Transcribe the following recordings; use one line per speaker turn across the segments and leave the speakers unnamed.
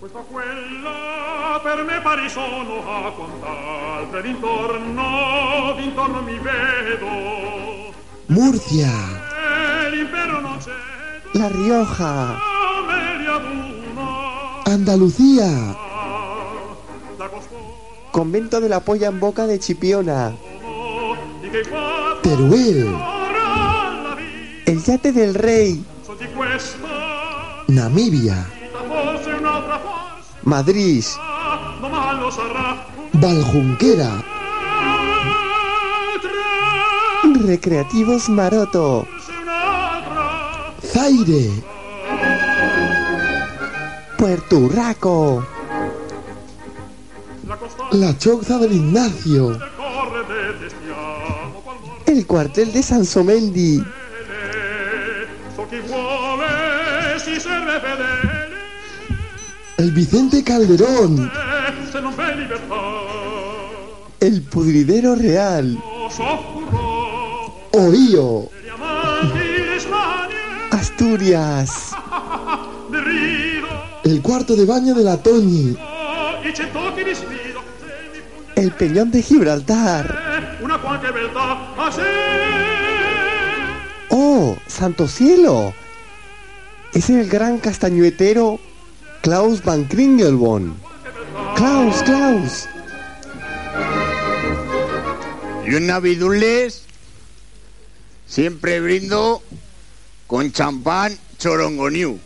Tutta quella per me pari sono a quant'altre d'intorno, d'intorno mi vedo.
Murcia,
E l'impero non c'è
La Rioja,
come li aduna.
Andalucía,
La costola
Convento de la polla en boca de Chipiona.
di che qua
Teruel,
ora la vita
El yate del rey.
di questa
Namibia,
vita forse un'altra forse
Madrid.
domani lo sarà
Valjunquera,
un'altra
Recreativos Maroto.
forse un'altra
Zaire,
Puerto Urraco.
la costola
La Choza del Ignacio,
corre del destiamo qual
El cuartel de Sansomendi.
vuole so chi vuole si serve fedele
el Vicente Calderón,
se non v'è libertà
El pudridero real.
lo soffro
Oío,
gli amanti le smanie
Asturias.
ne rido
el cuarto de baño de la Toñi,
i centocchi li sfido se mi pugna
El peñón de Gibraltar.
è una qualche beltà ma se
¡Oh! ¡Santo cielo! Es el gran castañuetero Klaus van Kringelborn. ¡Klaus, Klaus!
Y un navidules siempre brindo con champán chorongoniu.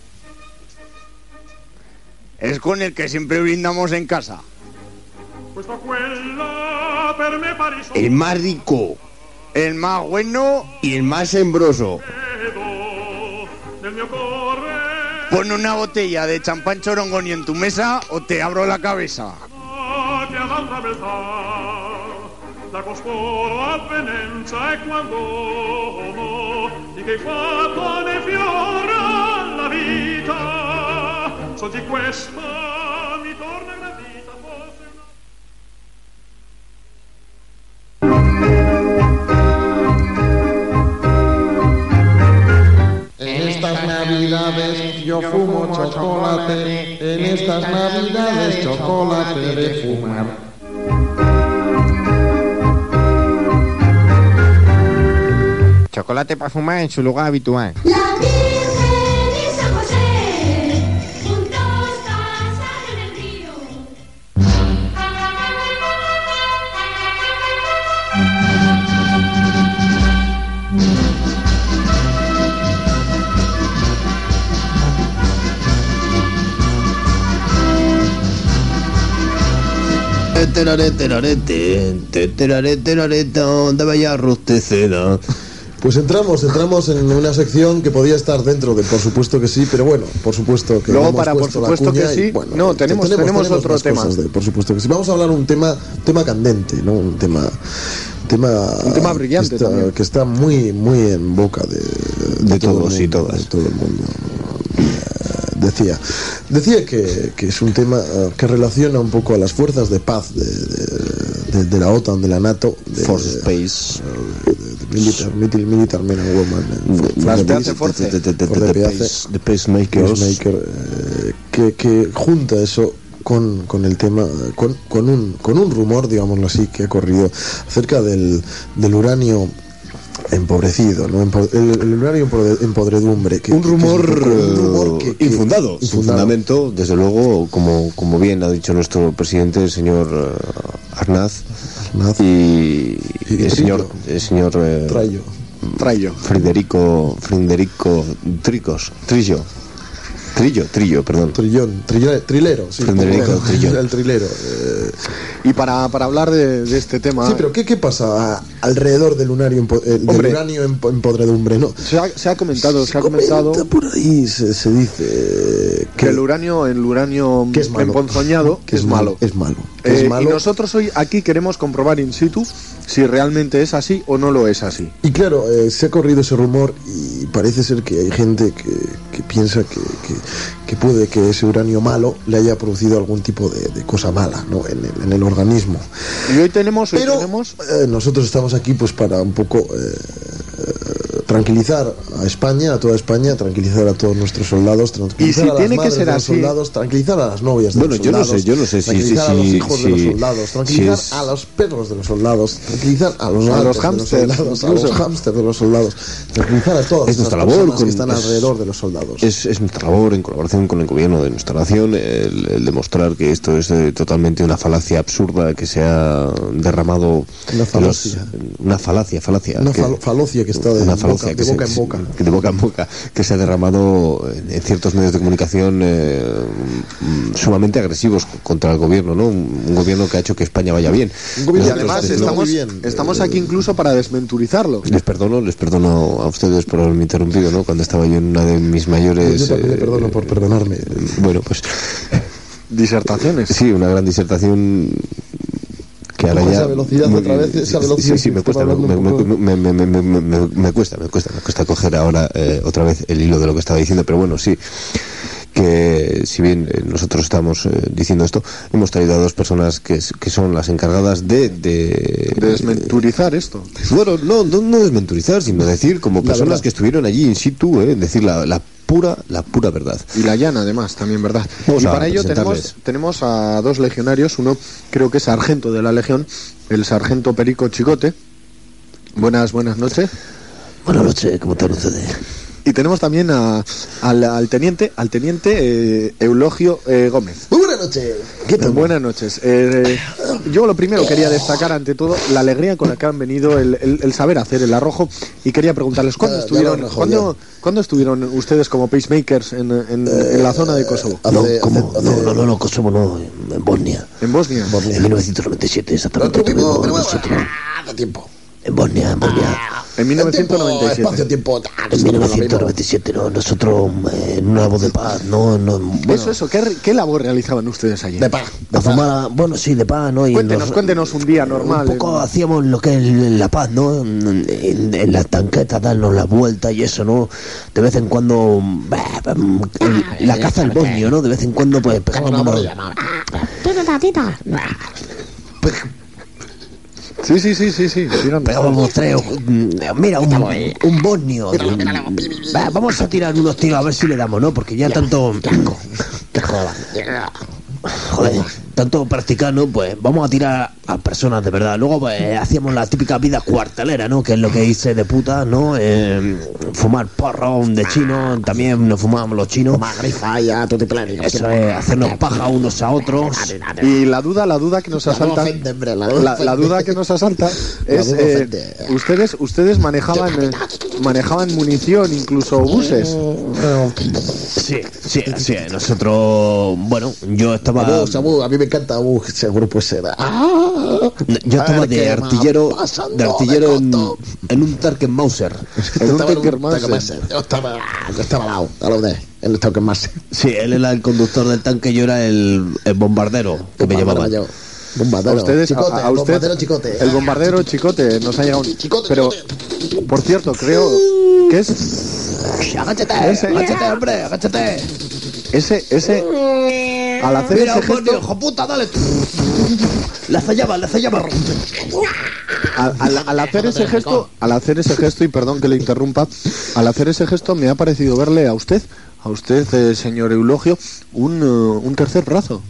Es con el que siempre brindamos en casa.
questa quella per me pari sono
El más rico, el más bueno y el más sembroso.
vedo nel mio cuore
Pon una botella de champán chorongoniu en tu mesa o te abro la cabeza.
Ah, che ad altra beltà la costoro avvenenza è quando di che guapo ne fiora la vita so di questa mi torna gradita forse una
En estas navidades yo fumo chocolate, en estas navidades chocolate de fumar.
Chocolate para fumar en su lugar habitual.
La Virgen y San José juntos pasaron el río.
¿Dónde vaya rusteceda?
Pues entramos, entramos en una sección que podía estar dentro de por supuesto que sí, pero bueno, por supuesto que
Luego
hemos
para por
puesto la
supuesto que
cuña
sí, no, tenemos- tenemos otro
más
tema.
cosas de por supuesto que sí. Vamos a hablar un tema tema candente, no un tema un tema
Un tema brillante
que está,
también.
que está muy muy en boca de, de todo el
todos y
mundo,
todas.
de todo el mundo. Eh, Decía, decía que, que es un tema eh, que relaciona un poco a las fuerzas de paz de, de- de- de la OTAN, de la NATO, de,
Force Space.
Militar, militar, militar men and woman. eh,
Force
de-
Space, de- de- de-
for
de-
the
de-
peace,
de Pacemakers.
peacemaker, eh, que, que junta eso con, con el tema, eh, con, con, un, con un rumor, digámoslo así, que ha corrido acerca del, del uranio empobrecido, ¿no? Empo- el, el uranio en podre- en podredumbre. que-
Un
que- que es
rumor,
un rumor
eh,
que- que-
infundado, sin
infundado.
fundamento, desde luego, como, como bien ha dicho nuestro presidente, el señor eh, Arnaz,
Arnaz.
y,
Y
el
Trillo.
señor, el señor eh,
Trayo.
Trayo.
Federico, Federico Tricos, Trillo, Trillo, Trillo, perdón.
Trillón, trille- trilero, sí,
Federico
como-
Trillón.
el trilero. eh,
Y para, para hablar de, de este tema,
Ah.
Sí, pero ¿qué, qué pasa a- alrededor del, unario, empo- eh, del
Hombre.
uranio en, po- en podredumbre? No.
se, ha, se ha comentado, se, ha comentado
Comenta Por ahí se, se dice eh,
que el uranio, el uranio
que es malo.
emponzoñado
Que
es malo.
Es malo.
Eh,
es malo.
Y nosotros hoy aquí queremos comprobar in situ si realmente es así o no lo es así.
Y claro, eh, se ha corrido ese rumor y parece ser que hay gente que, que piensa que, que, que puede que ese uranio malo le haya producido algún tipo de, de cosa mala ¿no? en, el, en el organismo.
Y hoy tenemos, hoy
Pero
tenemos
eh, nosotros estamos aquí pues para un poco eh, eh, tranquilizar a España, a toda España, tranquilizar a todos nuestros soldados, tranquilizar
si
a las
tiene que
madres
ser
de los
así-
soldados, tranquilizar a las novias de
Bueno,
los
yo no
soldados,
sé, yo no sé si-
tranquilizar a los
si-
hijos de los
si-
soldados,
si
tranquilizar
es-
a los perros de los soldados, tranquilizar a los,
A
gatos
los
de
hámsters,
soldados, a
incluso.
los hámsters de los soldados, tranquilizar a todas las
Es nuestra
personas
labor
que
con-
están
es-
alrededor de los soldados.
Es, es nuestra labor, en colaboración con el gobierno de nuestra nación, el, el demostrar que esto es eh, totalmente una falacia absurda que se ha derramado.
Una
en los-
falacia.
una falacia, falacia.
una
que-
fal- falocia que está de,
una
boca-
falacia
de
que se-
boca en
que se-
boca.
que de boca en boca, que se ha derramado en, en ciertos medios de comunicación eh, mm, sumamente agresivos contra el gobierno, ¿no? Un, un gobierno que ha hecho que España vaya bien.
Un gobierno
Y
Nosotros
además
haciendo
estamos,
muy bien,
estamos
eh,
aquí incluso para desmenturizarlo.
Les perdono, les perdono a ustedes por haberme interrumpido, ¿no? Cuando estaba yo en una de mis mayores...
Yo también le
eh,
perdono por perdonarme.
Bueno, pues
Disertaciones.
sí, una gran disertación que ahora
Con
ya...
esa velocidad
muy-
otra vez, esa velocidad
Sí, sí, me
que
cuesta,
estaba
me,
hablando un
me- me- me- me- me- me- me- me cuesta, me cuesta, me cuesta coger ahora eh, otra vez el hilo de lo que estaba diciendo, pero bueno, sí, que si bien eh, nosotros estamos eh, diciendo esto, hemos traído a dos personas que, s- que son las encargadas de... de-
De desmenturizar esto.
Bueno, no, no, no desmenturizar, sino decir como personas
verdad.
que estuvieron allí in situ, eh, decir la, la pura, la pura verdad.
Y la llana, además, también, ¿verdad?
Vamos
y
a
para ello
presentarles.
tenemos, tenemos a dos legionarios. Uno, creo que es sargento de la legión, el sargento Perico Chicote. Buenas, buenas noches.
Buenas noches, ¿cómo están ustedes?
Y tenemos también a- al, al teniente, al teniente eh, Eulogio eh, Gómez.
Muy buenas noches. ¿Qué tal?
Buenas noches. Eh, yo lo primero quería destacar ante todo la alegría con la que han venido, el, el- el saber hacer el arrojo y quería preguntarles cuándo
Ya- ya
estuvieron,
lo han jodido.
¿cuándo, ¿cuándo estuvieron ustedes como pacemakers en, en- en la zona de Kosovo,
Hace-
No,
hace-
¿cómo?
hace-
no, no, no, no, Kosovo no, eh, en Bosnia.
en Bosnia.
En 1997, exactamente.
Nosotros vivimos,
estuvimos
pero bueno,
nosotros.
hace Ah, tiempo.
En Bosnia, en Bosnia.
En
El tiempo,
1997.
espacio-tiempo, ah,
pues
En
nosotros no lo mismo.
1997, no, nosotros eh, en una voz de paz, no, no, bueno,
Eso, eso, ¿qué, ¿qué labor realizaban ustedes allí?
De paz.
nos formaba- bueno, sí, de paz, ¿no? Y
Cuéntenos,
nos-
cuéntenos un día normal.
Un poco
en-
hacíamos lo que es la paz, ¿no? En, en- en las tanquetas, darnos la vuelta y eso, ¿no? De vez en cuando. bah, bah, el- la caza al bosnio, ¿no? De vez en cuando, pues pegábamos. unos-
Sí, sí, sí, sí, sí. sigan.
Pegábamos tres. o- mm, Mira, un, un bosnio. Va, Vamos a tirar unos tiros a ver si le damos, ¿no? Porque ya tanto. Joder, tanto practicar, ¿no? Pues vamos a tirar a personas de verdad. Luego pues, hacíamos la típica vida cuartelera, ¿no? Que es lo que hice de puta, ¿no? Eh, fumar porro de chino, también nos fumábamos los chinos. Eso es, hacernos paja unos a otros.
Y la duda, la duda que nos asalta.
ofende, hombre, la duda
La,
ofende.
la duda que nos asalta
La
es
duda
eh,
ofende.
ustedes ustedes manejaban eh, manejaban munición incluso buses
Eh,
Sí, sí, sí. Nosotros, bueno, yo estaba.
Abu, Sabu, a mí me encanta Abu, ese grupo ese. Ah,
Yo
A
estaba
ver
de
qué va
artillero,
pasando
de artillero
de
en,
costo.
en un Tarkenmauser.
yo estaba en
Tucker
un
Master.
Tucker Master. Yo estaba, ah, yo estaba al lado, al lado de él, en el Tucker Master.
Sí, él era el conductor del tanque, yo era el, el bombardero que me llamaban.
Bombardero, Bombardero.
a ustedes
chicote,
a, a usted-
bombardero, chicote.
el bombardero chicote nos ha llegado un-
Chicote,
pero
chicote.
por cierto creo que es
¡Agáchate!
Ese-
¡Agáchate, hombre! ¡Agáchate!
ese ese al hacer
¡Mira,
ese
ojo,
gesto
hijo puta! ¡Dale! ¡La zallaba, la zallaba!
al, al- al hacer ese gesto, al hacer ese gesto, y perdón que le interrumpa, al hacer ese gesto me ha parecido verle a usted, a usted, eh, señor Eulogio, un, eh, un tercer brazo.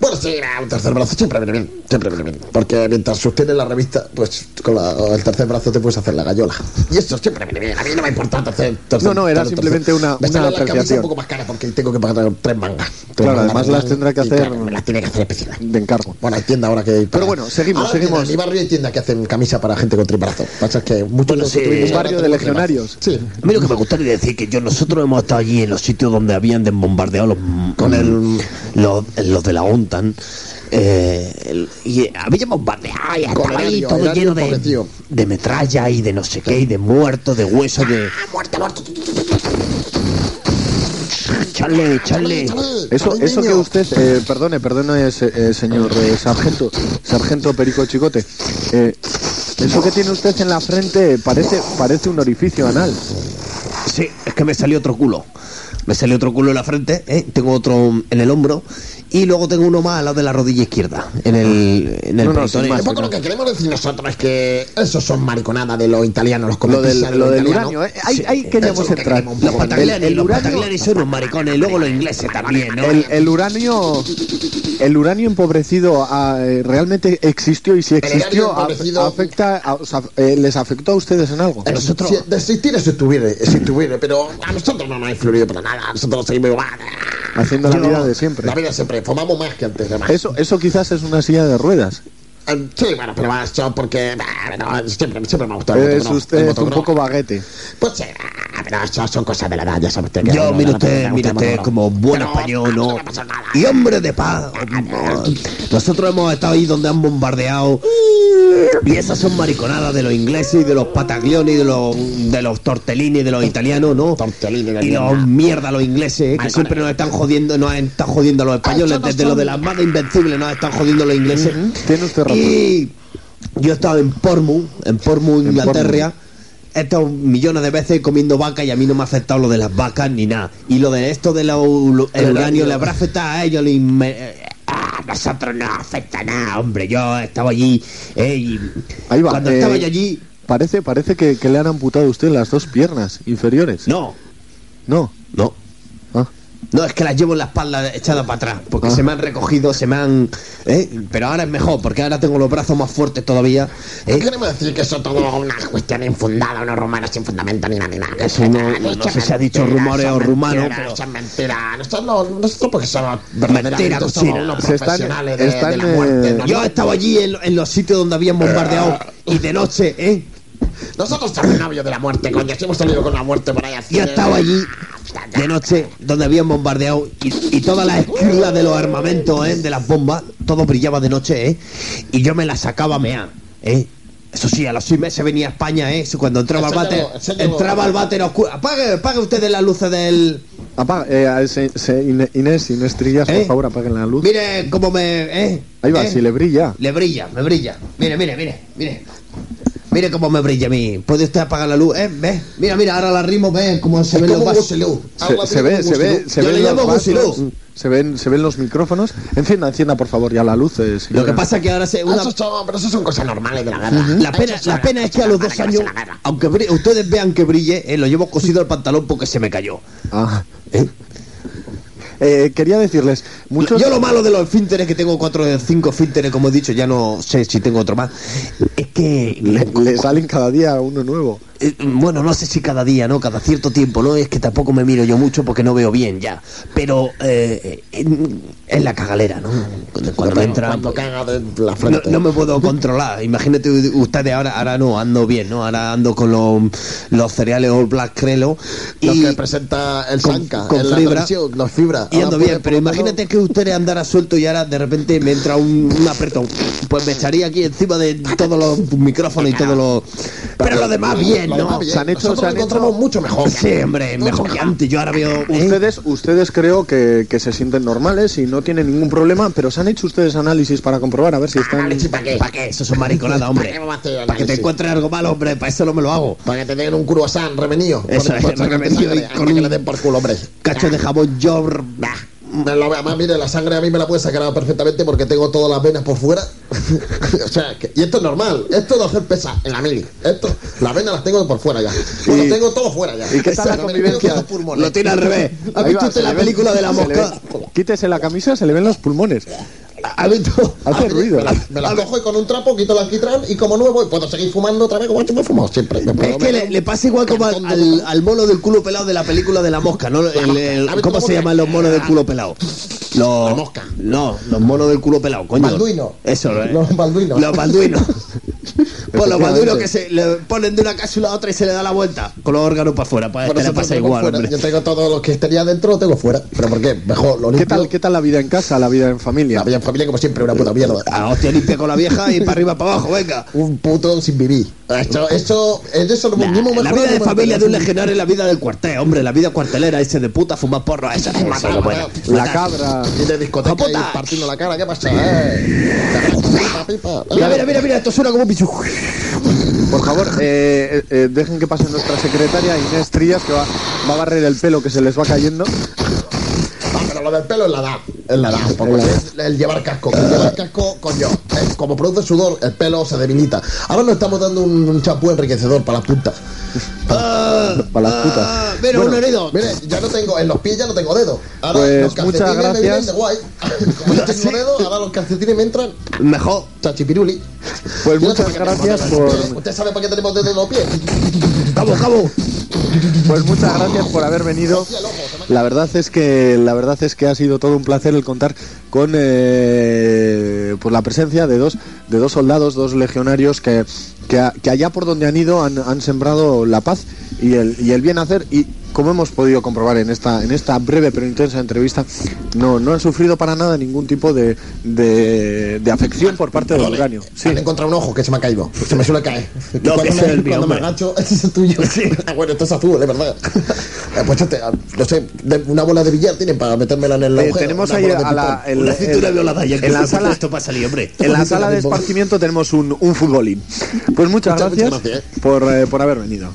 Bueno, sí, ah, un tercer brazo siempre viene bien, siempre viene bien. Porque mientras sostienes la revista, pues con la- el tercer brazo te puedes hacer la gallola. Y eso siempre viene bien. A mí no me importa el tercer, tercer-
No, no, era
tercer-
simplemente una-
Me
una
sale la camisa
apreciación.
un poco más cara porque tengo que pagar tres mangas. Tres
Claro,
mangas
además
de
las
manga
tendrá que
y,
hacer-
claro, me las tiene que hacer especiales.
De encargo.
Bueno, hay tienda ahora que.
Pero bueno, seguimos,
Ahora hay
seguimos.
tienda, en mi barrio hay tienda que hacen camisa para gente con tres brazos. Pasa que muchos de los que
sí,
tuvimos
un
ahora
barrio de
tenemos tres
legionarios.
brazos. Sí.
A mí lo que me gustaría decir que yo nosotros hemos estado allí en los sitios donde habían desbombardeado los con el los, los de la ONTAN eh, el- y habían bombardeado y estaba
el
ahí
helio, el
todo
helio
lleno de,
empobrecido.
de metralla y de no sé qué y de muertos, de huesos, de
Ah,
echarle, echarle.
Eso, eso que usted, eh, perdone, perdone, se- eh, señor eh, sargento, sargento Perico Chicote, eh, eso que tiene usted en la frente parece, parece un orificio anal.
Sí, es que me salió otro culo. Me salió otro culo en la frente, ¿eh? tengo otro en el hombro
Y luego tengo uno más al lado de la rodilla izquierda, en el, en el
No, no,
perintoneo.
sin más.
Un poco lo que queremos decir nosotros es que esos son mariconadas de los italianos, los
Lo del,
cometistas de
lo
los
del
italianos.
uranio, ¿eh? ahí,
Sí,
ahí
eso
queríamos
es lo que
entrar.
queremos un poco.
Los patagliani,
el
los
uranio-
patagliani son unos maricones y luego los ingleses también, ¿no?
El, el uranio el uranio empobrecido ah, eh, realmente existió y si
uranio
existió a-
empobrecido-
afecta a- os af- eh, les afectó a ustedes en algo.
Pero
Nosotros-
Si de existir eso estuviera, eso estuviera, pero a nosotros no nos ha influido para nada, nosotros seguimos igual.
Haciendo la vida de siempre.
La vida de siempre, fumamos más que antes de más.
Eso eso quizás es una silla de ruedas.
Eh, Sí, bueno, pero más yo porque bah, no, siempre, siempre me ha gustado el
Es
motocross,
usted
el
es un
motocross.
poco baguete.
Pues sí, ah, pero eso son cosas de la edad, ya sabe usted que
Yo,
no,
mire
no,
usted,
no, no,
mire
no, no,
usted,
no.
como buen
Pero,
español,
no
¿no?
me pasó nada.
Y hombre de paz. Nosotros hemos estado ahí donde han bombardeado. Y esas son mariconadas de los ingleses y de los pataglioni, de los, de los tortellini, de los italianos, ¿no?
Tortellini de
Y los
mierda.
mierda los ingleses, eh, que
Maricones.
siempre nos están jodiendo, nos están jodiendo a los españoles.
Eso no
Desde
son-
lo de las más invencibles nos están jodiendo los ingleses.
Tiene usted razón.
Y yo he estado en Portsmouth, en Portsmouth, Inglaterra. He estado millones de veces comiendo vaca y a mí no me ha afectado lo de las vacas ni nada. Y lo de esto del uranio le habrá afectado a ellos. le inme- Ah, a nosotros no afecta nada, hombre. Yo estaba allí. eh, y
Ahí va.
Cuando
eh,
estaba yo allí.
Parece parece que, que le han amputado a usted las dos piernas inferiores.
No,
No.
no.
Ah.
No, es que las llevo en la espalda echada para atrás, porque
Ah.
se me han recogido, se me han... ¿eh? Pero ahora es mejor, porque ahora tengo los brazos más fuertes todavía. ¿eh?
No queremos decir que eso todo es una cuestión infundada, unos rumanos sin fundamento ni nada, ni nada.
Eso no- no sé si ha dicho rumores o rumano, pero-
Eso es mentira. Nosotros, no- nosotros porque somos verdaderamente
cochina.
somos unos
Se están-
profesionales de,
están,
de la muerte.
eh,
¿no?
Yo estaba allí en, en los sitios donde habían bombardeado y de noche, ¿eh?
Nosotros somos novios de la muerte, coño. Si hemos salido con la muerte por ahí así.
Yo estaba allí de noche donde habían bombardeado y, y todas las esquirlas de los armamentos, ¿eh? De las bombas, todo brillaba de noche, ¿eh? Y yo me las sacaba a mear, ¿eh? Eso sí, a los seis meses venía a España, ¿eh? Cuando entraba al váter,
Enséñalo, enséñalo.
entraba al váter oscuro. Apague, apague ustedes las luces del...
Apaga, eh, se- se- Ine- Inés, Inés Trillas,
¿Eh?
por favor, apaguen la luz.
Mire cómo me... ¿eh?
Ahí va,
¿eh?
si le brilla.
Le brilla, me brilla. Mire, mire, mire, mire. Mire cómo me brilla a mí. ¿Puede usted apagar la luz? ¿Eh? ¿Ves? Mira, mira, ahora la rimo, ¿ves? Cómo se ven los
¿Cómo
vasos.
Busilú?
Se, se ve, se ve, se
Yo
ven
le
los
llamo
vasos,
Busilú.
Se ven, se ven los micrófonos. Encienda, encienda, por favor, ya la luz. eh,
Lo que
señora.
pasa es que ahora se...
Ah,
Una...
Eso son, pero eso son cosas normales de la guerra.
La pena,
Eso son-
la pena es que a los dos
eso
años,
son la guerra.
aunque bri- ustedes vean que brille, eh, lo llevo cosido al pantalón porque se me cayó.
Ah. Eh, quería decirles, muchos.
Yo lo malo de los finteres, que tengo cuatro o cinco finteres, como he dicho, ya no sé si tengo otro más, es que...
le, le salen cada día uno nuevo.
Eh, Bueno, no sé si cada día, ¿no? Cada cierto tiempo, ¿no? Es que tampoco me miro yo mucho porque no veo bien ya. Pero eh, en, en la cagalera, ¿no? Cuando, cuando me entra...
Cuando caga de la
No,
frente.
no me puedo controlar. Imagínate ustedes ahora, ahora no, ando bien, ¿no? Ahora ando con los, los cereales All Black Crelo
Lo
y,
que presenta el
con-
Sanca.
con
en la
fibra.
televisión, Los fibra.
y ando
Ahora
bien.
puede,
Pero
por lo menos,
imagínate que ustedes andara suelto y ahora de repente me entra un, un apretón. Pues me echaría aquí encima de todos los micrófonos y todos los... Pero lo demás bien,
lo
¿no?
demás bien.
se han hecho-
Nosotros
se han
lo encontramos
hecho-
mucho mejor.
Sí, hombre, mejor que antes. Yo ahora veo... ¿eh?
Ustedes, ustedes creo que, que se sienten normales y no tienen ningún problema, pero se han hecho ustedes análisis para comprobar a ver si están.
Análisis para qué.
¿Para qué? Eso son mariconadas,
¿Para
hombre.
qué me va a hacer
Para que te
análisis?
encuentres algo malo, hombre. Para eso no me lo hago.
Para que te den un croissant revenido.
Eso es, revenido y con
con que
un-
le den por culo, hombre.
Cacho
Ah.
de jabón, yo...
Bah. Me lo- Pues Además, mire, la sangre a mí me la puede sacar perfectamente porque tengo todas las venas por fuera. o sea, que- y esto es normal. Esto no hacer pesa en la mili. Esto, las venas las tengo por fuera ya. Bueno, tengo todo fuera ya.
¿Y qué tal la
Me refiero
convivencia?
a los pulmones.
Lo tiene al revés. ¿Has
Ahí
visto
va,
usted
se
la
le ven-
película de la
se le ven-
mosca?
Quítese la camisa, se le ven los pulmones.
¿Has visto?
Hace ruido.
Ah, Me la, me la cojo y con un trapo quito el alquitrán y como nuevo y puedo seguir fumando otra vez como yo me he fumado siempre. Me
Es
puedo
que
meter
le,
un
le pasa igual como al,
cartón de
al, al mono del culo pelado de la película de la mosca, ¿no? El- el-
mosca.
¿Cómo se llaman los monos del culo pelado? Los,
La mosca.
No, los monos del culo pelado, coño.
Balduino.
Eso, eh.
Los balduinos.
Los balduinos. pues los balduinos
Efectivamente.
que se le ponen de una cápsula a otra y se le da la vuelta. Con los órganos para afuera. Pues
Por
este le
eso
pasa
tengo
igual,
fuera.
hombre.
Yo tengo todo lo que tenía dentro, lo tengo fuera. ¿Pero por qué? Mejor, lo limpio.
¿Qué tal, ¿Qué tal la vida en casa, la vida en familia?
La vida en familia, como siempre, una puta mierda.
A Ah, hostia limpia con la vieja y para arriba para abajo, venga.
Un puto sin vivir. Eso, eso, en eso lo
La,
mismo
la
mejor que
vida
Ah,
de
me
familia
mantengo.
de un legionario es la vida del cuartel, hombre. La vida cuartelera, ese de puta, fumar porro, esa
Pues
es más
matar,
buena.
matar.
La cabra.
Y ¿eh? de discoteca
¡Jopota!
y partiendo la cara, ¿qué pasa? Eh? Pipa, pipa.
Mira, mira, mira, mira, esto suena como un pichu.
Por favor, eh, eh, eh, dejen que pase nuestra secretaria Inés Trillas, que va, va a barrer el pelo que se les va cayendo.
Ah, pero lo del pelo es la edad. Es la edad, Ah. porque es el llevar casco. El llevar casco, coño, es como produce sudor, el pelo se debilita. Ahora nos estamos dando un, un champú enriquecedor para las puntas.
Para las putas.
Mira, un herido. Mire, ya no tengo, en los pies ya no tengo dedo. Ahora
Pues
los
muchas
calcetines me vienen
gracias.
de guay. Ya no tengo dedo, ahora los calcetines me entran.
Mejor.
Chachipiruli.
Pues
Yo no sé
muchas
por qué tenemos
gracias
dedos.
por.
Usted sabe por qué tenemos dedos en los pies.
Cabo, cabo.
Pues muchas gracias por haber venido. La verdad es que la verdad es que ha sido todo un placer el contar con eh, pues la presencia de dos de dos soldados, dos legionarios que, que, a- que allá por donde han ido han, han sembrado la paz y el, y el bien hacer y como hemos podido comprobar en esta en esta breve pero intensa entrevista no no han sufrido para nada ningún tipo de, de, de afección por parte del uranio.
Sí. Han encontrado un ojo que se me ha caído. Se me suele caer. Que
No, que ese es el mío,
cuando me
hombre.
agacho, ese es el tuyo. Ah, bueno, esto es azul, de verdad. Eh, pues este, ah, no sé, de- una bola de billar tienen para metérmela en el
Eh,
agujero.
tenemos
una
ahí
bola de
a la,
ping-pong.
el-
Una
el-
cintura violada ya.
en la sala
Esto para salir, hombre.
En la sala de esparcimiento tenemos un, un futbolín. Pues muchas,
Muchas-
gracias,
muchas gracias.
Por, eh, por haber venido.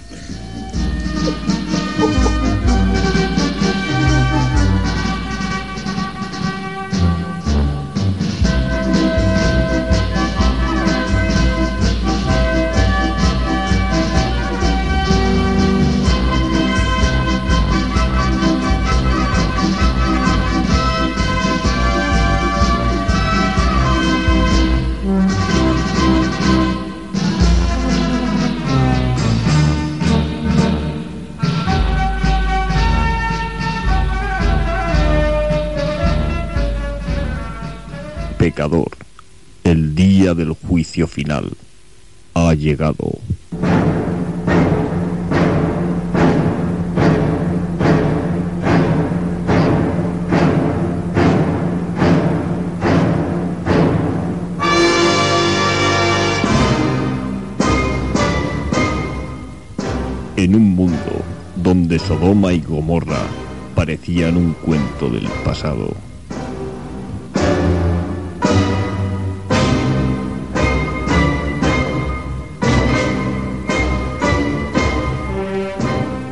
pecador, el día del juicio final ha llegado. En un mundo donde Sodoma y Gomorra parecían un cuento del pasado.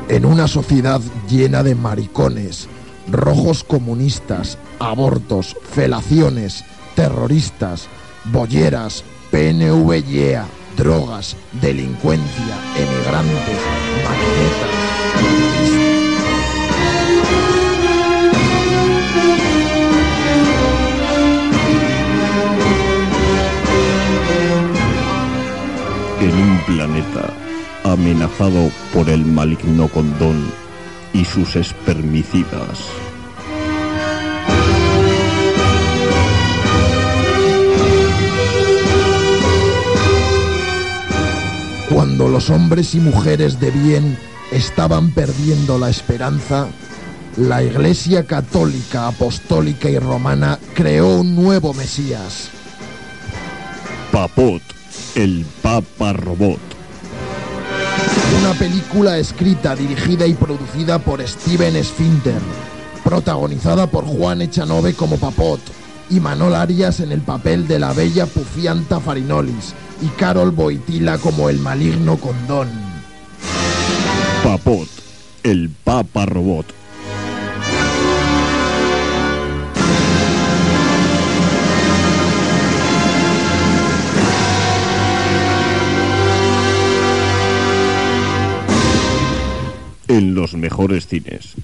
En una sociedad llena de maricones, rojos comunistas, abortos, felaciones, terroristas, bolleras, PNVYEA, drogas, delincuencia, emigrantes, maquetas.
en un planeta amenazado por el maligno condón y sus espermicidas.
Cuando los hombres y mujeres de bien estaban perdiendo la esperanza, la Iglesia Católica, Apostólica y Romana creó un nuevo Mesías.
Papot, el Papa Robot.
Una película escrita, dirigida y producida por Steven Sfinter, protagonizada por Juan Echanove como Papot y Manol Arias en el papel de la bella Pufianta Farinolis y Carol Boitila como el maligno condón.
Papot, el Papa Robot. En los mejores cines.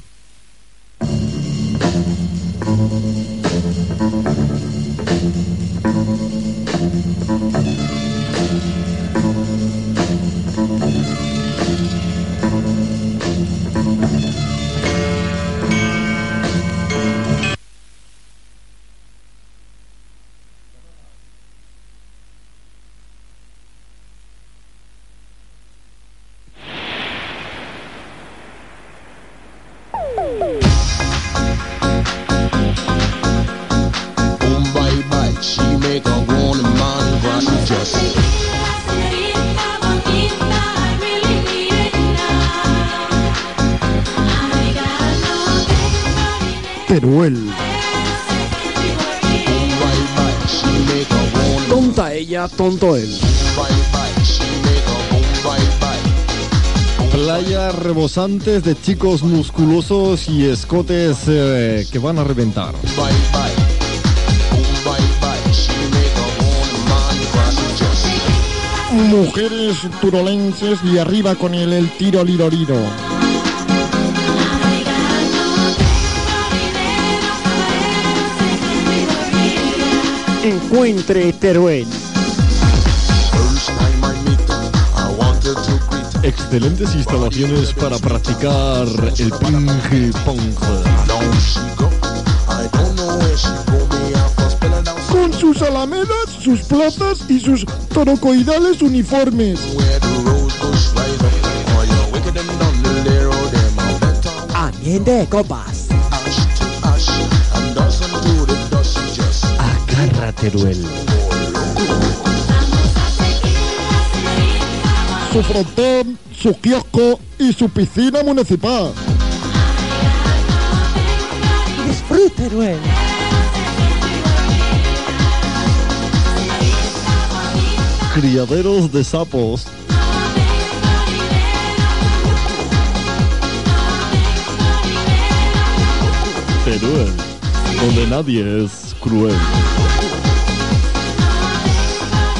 Señorita, señorita, bonita, I really need it now. I got no everybody
Teruel.
else to be working.
Tonta ella, tonto él.
Playas rebosantes de chicos musculosos y escotes eh, que van a reventar.
mujeres turolenses y arriba con el, el tiro liroriro.
Encuentre Teruel.
Excelentes instalaciones para practicar el ping pong.
Con sus alamedas, sus plazas y sus torocoidales uniformes.
Ambiente de copas.
Agarra Teruel.
Su frontón, su kiosco y su piscina municipal.
Disfrute, Teruel.
Criaderos de sapos. Teruel, donde nadie es cruel.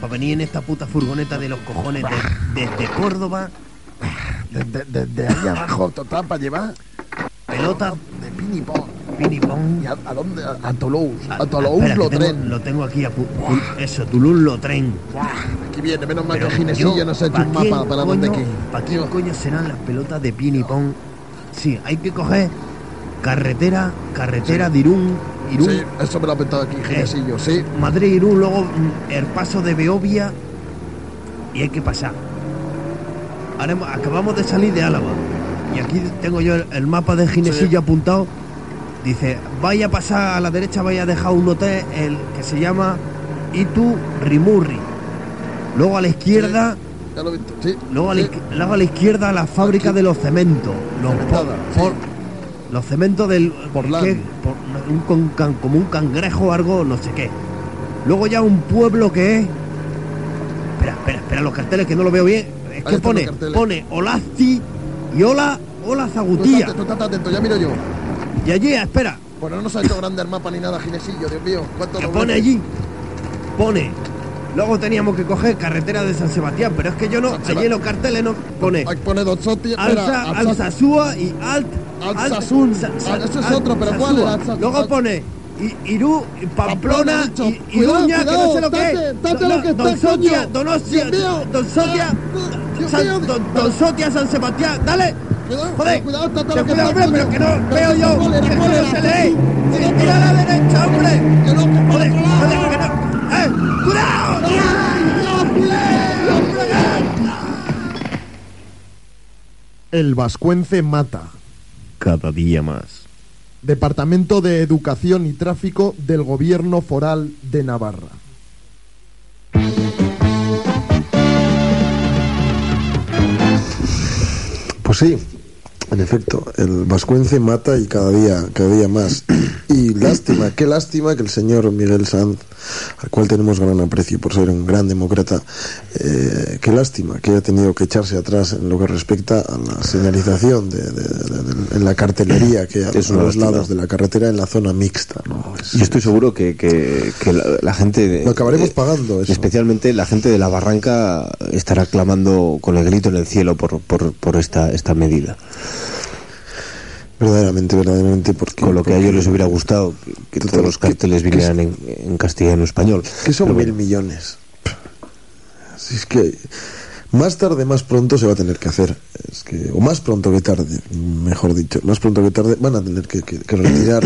para venir en esta puta furgoneta de los cojones de- desde Córdoba.
Desde ahí abajo, total, para llevar.
Pelota.
De pinipón.
Pinipón.
¿Y a, a dónde? A, a Toulouse. A, Toulouse
Espera, que
lo
tengo-
tren.
Lo tengo aquí a pu- pu- Eso, Toulouse-Lotren.
Aquí viene, menos mal
Pero
que Ginesillo
yo,
nos ha hecho
¿pa'
un
quién
mapa para dónde
coño-
aquí.
¿Para quién coño serán las pelotas de pin y pong? Sí, hay que coger carretera, carretera de Irún, Irún. Eh.
Sí, eso me lo ha pintado aquí, Ginesillo, sí.
Madrid-Irún, luego mm, el paso de Beovia y hay que pasar. Ahora hemos- acabamos de salir de Álava y aquí tengo yo el, el mapa de Ginesillo apuntado. Dice, vaya a pasar a la derecha, vaya a dejar un hotel el que se llama Itu Rimurri. Luego a la izquierda,
Ya lo he visto, sí.
luego, a la, izqui- luego a la izquierda la fábrica de los cementos. Los, por, por- los cementos del... que- por- un con- can- como un cangrejo o algo, no sé qué. Luego ya un pueblo que es... Espera, espera, espera, los carteles que no lo veo bien. Es que
están
pone,
los carteles.
pone Olazzi y Ola, Ola
Tú estate-
Zagutía.
tú estate atento, ya miro yo.
Y allí, espera,
Bueno, no nos ha hecho grande el mapa ni nada, Ginesillo, Dios mío. ¿Cuánto
que pone allí, pone. Luego teníamos que coger carretera de San Sebastián, pero es que yo no, allí en los carteles no pone.
Pone dos sotis,
Alza,
espera, Alsa-
Alsasua y Alt.
Alsasun. Ah, eso es otro, pero ¿cuál era?
Alsasua. Luego pone I- Irú, Pamplona, I-
Cuidado,
Iruña, que no
cuidado,
sé lo que
date,
es.
date
No,
lo
no,
que
Don
está,
Sotia,
coño.
Donostia,
Dios mío.
Don Sotia, San- Don- Don Sotia, San Sebastián, dale. Joder,
cuidado,
que
lo que
cuidado,
está,
hombre, pero
coño.
que no
Pero
veo
si
yo.
cuál era,
que
cuál
no
era,
se
tú.
lee. Sí, Mira a la derecha, hombre. Joder, joder, que no. ¡Eh! ¡Cuidado!
El Vascuence Mata.
Cada día más.
Departamento de Educación y Tráfico del Gobierno Foral de Navarra.
Pues sí, en efecto, el vascuence mata y cada día, cada día más. Y lástima, qué lástima que el señor Miguel Sanz, al cual tenemos gran aprecio por ser un gran demócrata, eh, qué lástima que haya tenido que echarse atrás en lo que respecta a la señalización de, de- de- de- en la cartelería que hay
Es
a
una
los
lástima.
lados de la carretera en la zona mixta. ¿no?
Yo estoy seguro que, que- que la, la gente. de-
Lo acabaremos
eh,
pagando eso.
Especialmente la gente de la barranca estará clamando con el grito en el cielo por, por, por esta, esta medida.
Verdaderamente, verdaderamente, porque.
Con lo que a ellos les hubiera gustado que, que todos los carteles vinieran en, en castellano español.
Que son
Pero
mil
bueno,
millones. Así es que más tarde, más pronto se va a tener que hacer. Es que, o más pronto que tarde, mejor dicho. Más pronto que tarde van a tener que, que- que retirar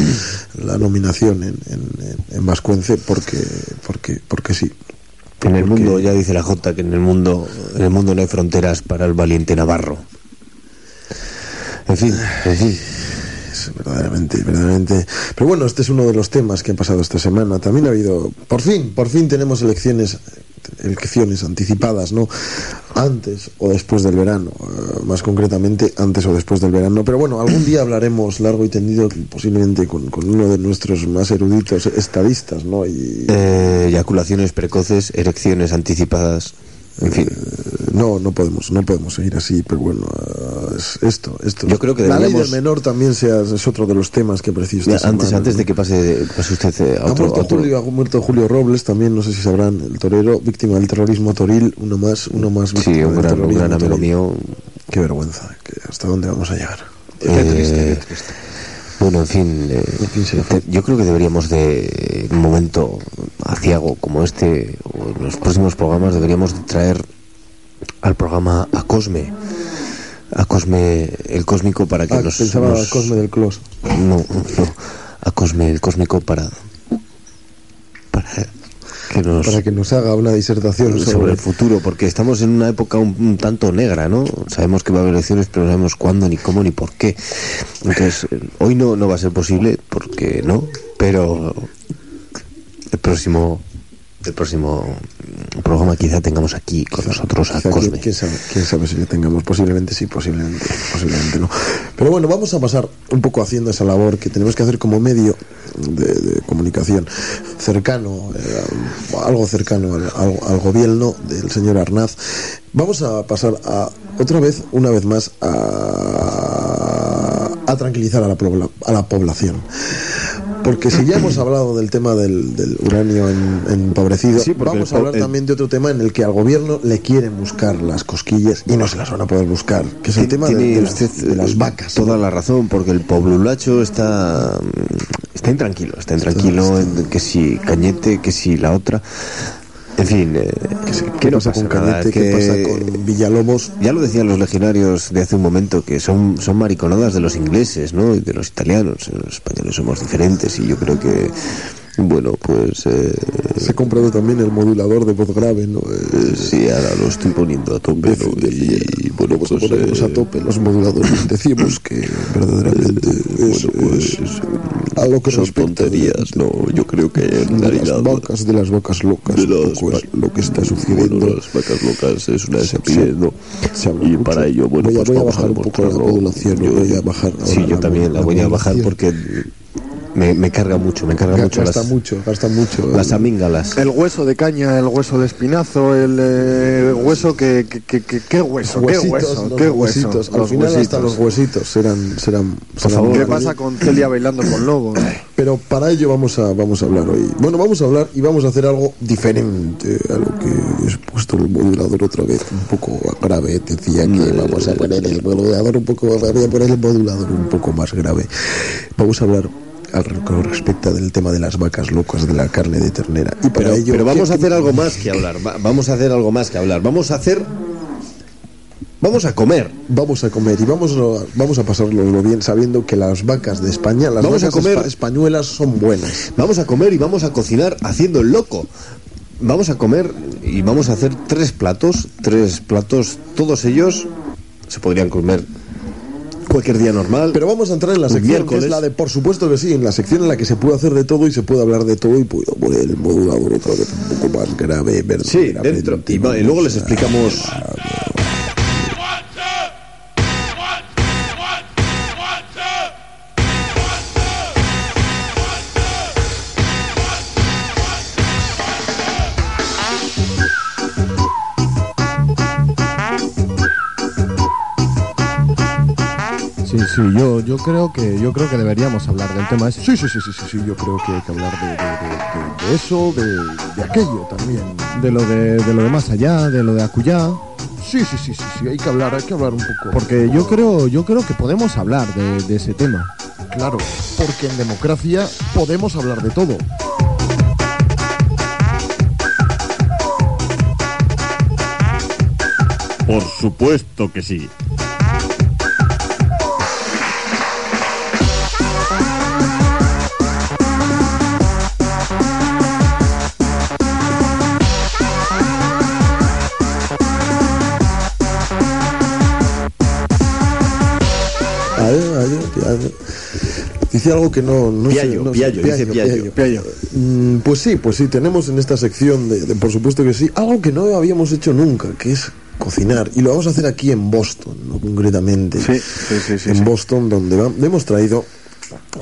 la nominación en, en, en- en Vascuence porque, porque, porque sí.
En el mundo, ya dice la Jota, que en el mundo, en el mundo no hay fronteras para el valiente navarro. En fin, en fin.
Es verdaderamente, verdaderamente. Pero bueno, este es uno de los temas que han pasado esta semana. También ha habido, por fin, por fin tenemos elecciones elecciones anticipadas, ¿no? Antes o después del verano, eh, más concretamente antes o después del verano. Pero bueno, algún día hablaremos largo y tendido, posiblemente con, con uno de nuestros más eruditos estadistas, ¿no? Y,
Eh, eyaculaciones precoces, erecciones anticipadas. En fin.
no, no podemos, no podemos seguir así, pero bueno, eh, es esto, esto.
Yo creo que
la ley
deberíamos-
del menor también sea, es otro de los temas que preciso. esta
Ya, antes,
semana,
antes
¿no?
de que pase, que pase usted eh, a
Ha
otro, a
muerto,
otro-
Julio, ha muerto Julio Robles, también, no sé si sabrán, el torero, víctima del terrorismo toril, uno más, uno más víctima
Sí, un
del
gran, un
terrorismo
gran amigo
toril.
mío.
Qué vergüenza, que hasta dónde vamos a llegar.
Eh, Bueno, en fin, eh, te- yo creo que deberíamos de, en un momento aciago como este, o en los próximos programas, deberíamos de traer al programa a Cosme, a Cosme el Cósmico para que
Ah,
nos...
pensaba
nos-
Cosme del Clos.
No, no, a Cosme el Cósmico para... para que nos...
Para que nos haga una disertación
sobre,
sobre,
el futuro, porque estamos en una época un, un tanto negra, ¿no? Sabemos que va a haber elecciones, pero no sabemos cuándo, ni cómo, ni por qué. Entonces, eh, hoy no, no va a ser posible, porque no, pero el próximo el próximo programa quizá tengamos aquí con nosotros a
Quizá,
Cosme.
¿quién, quién sabe, quién sabe si le tengamos? Posiblemente sí, posiblemente, posiblemente no. Pero bueno, vamos a pasar un poco haciendo esa labor que tenemos que hacer como medio de, de comunicación cercano, eh, algo cercano al, al- al gobierno del señor Arnaz. Vamos a pasar a otra vez, una vez más, a, a tranquilizar a la, pobla- a la población. Porque si ya hemos hablado del tema del, del uranio en- empobrecido,
Sí, porque
vamos a
el-
hablar
el-
también de otro tema en el que al gobierno le quieren buscar las cosquillas y no se las van a poder buscar, que es el tema de,
Tiene
de las-
usted
de
eh,
las vacas.
Toda la razón, porque el poblulacho está mm, está intranquilo, está intranquilo, en que si Cañete, que si la otra. En fin, eh, que
¿Qué
no
pasa con
nada,
Cañete? ¿Qué pasa con Villalobos?
Ya lo decían los legionarios de hace un momento, que son, son mariconadas de los ingleses, ¿no? Y de los italianos. Los españoles somos diferentes y yo creo que, bueno, pues... eh,
Se ha comprado también el modulador de voz grave, ¿no? Eh,
Pues
sí, ahora lo estoy poniendo a tope, ¿no? Y, bueno, pues...
ponemos
eh,
a tope los moduladores. Decimos que verdaderamente es, es a lo que
pues, son
respecta de-
tonterías, no, yo creo que en
de las
realidad
vacas, de las vacas locas,
de
un
las
poco es
va-
lo que está sucediendo.
bueno, las vacas locas es una estupidez, ¿no. Y para ello, bueno,
voy a,
pues
voy a
vamos
bajar
a
un poco la
demostrarlo.
modulación,
Yo-
voy a bajar.
Sí,
ahora
yo también la voy a bajar
modulación.
porque me, me carga mucho, me carga
Ga-
mucho
gasta
las,
mucho, gasta mucho.
las amíngalas.
El hueso de caña, el hueso de espinazo, el eh, hueso que, que, que- que- ¿Qué hueso? ¿Qué hueso?
los
¿Qué hueso?
huesitos. Al final hasta los huesitos serán... serán, serán
¿Qué pasa con Celia bailando con lobos?
Pero para ello vamos a, vamos a hablar hoy. Bueno, vamos a hablar y vamos a hacer algo diferente a lo que he puesto el modulador otra vez, un poco grave. Decía
Mm.
que vamos a poner el modulador un poco, voy a poner el modulador un poco más grave. Vamos a hablar al con respecto del tema de las vacas locas, de la carne de ternera. Y para
Pero,
ello,
pero vamos
¿qué-
a hacer algo más que hablar. va- Vamos a hacer algo más que hablar. Vamos a hacer. Vamos a comer.
Vamos a comer y vamos a, vamos a pasárnoslo bien sabiendo que las vacas de España, las
Vamos a
vacas
comer-
espa- españolas son buenas.
Vamos a comer y vamos a cocinar haciendo el loco. Vamos a comer y vamos a hacer tres platos. Tres platos, todos ellos se podrían comer cualquier día normal.
Pero vamos a entrar en la
Un
sección que
miércoles.
es la de, por supuesto que sí, en la sección en la que se puede hacer de todo y se puede hablar de todo y puedo poner el modulador otra vez un poco más grave,
Sí, dentro. Y, va- y luego les explicamos.
Sí, sí, yo, yo creo que yo creo que deberíamos hablar del tema ese. Sí, sí, sí, sí, sí, yo creo que hay que hablar de, eso, de, aquello también. De lo de, de lo de más allá, de lo de acullá.
Sí, sí, sí, sí, sí, hay que hablar, hay que hablar un poco.
Porque yo creo, yo creo que podemos hablar de, de ese tema.
Claro, porque en democracia podemos hablar de todo.
Por supuesto que sí.
Dice algo que no... no
Piallo,
no
Piallo, dice Piallo.
Mm, Pues sí, pues sí, tenemos en esta sección, de, de por supuesto que sí, algo que no habíamos hecho nunca, que es cocinar. Y lo vamos a hacer aquí en Boston, ¿no? concretamente. en Boston, donde va- hemos traído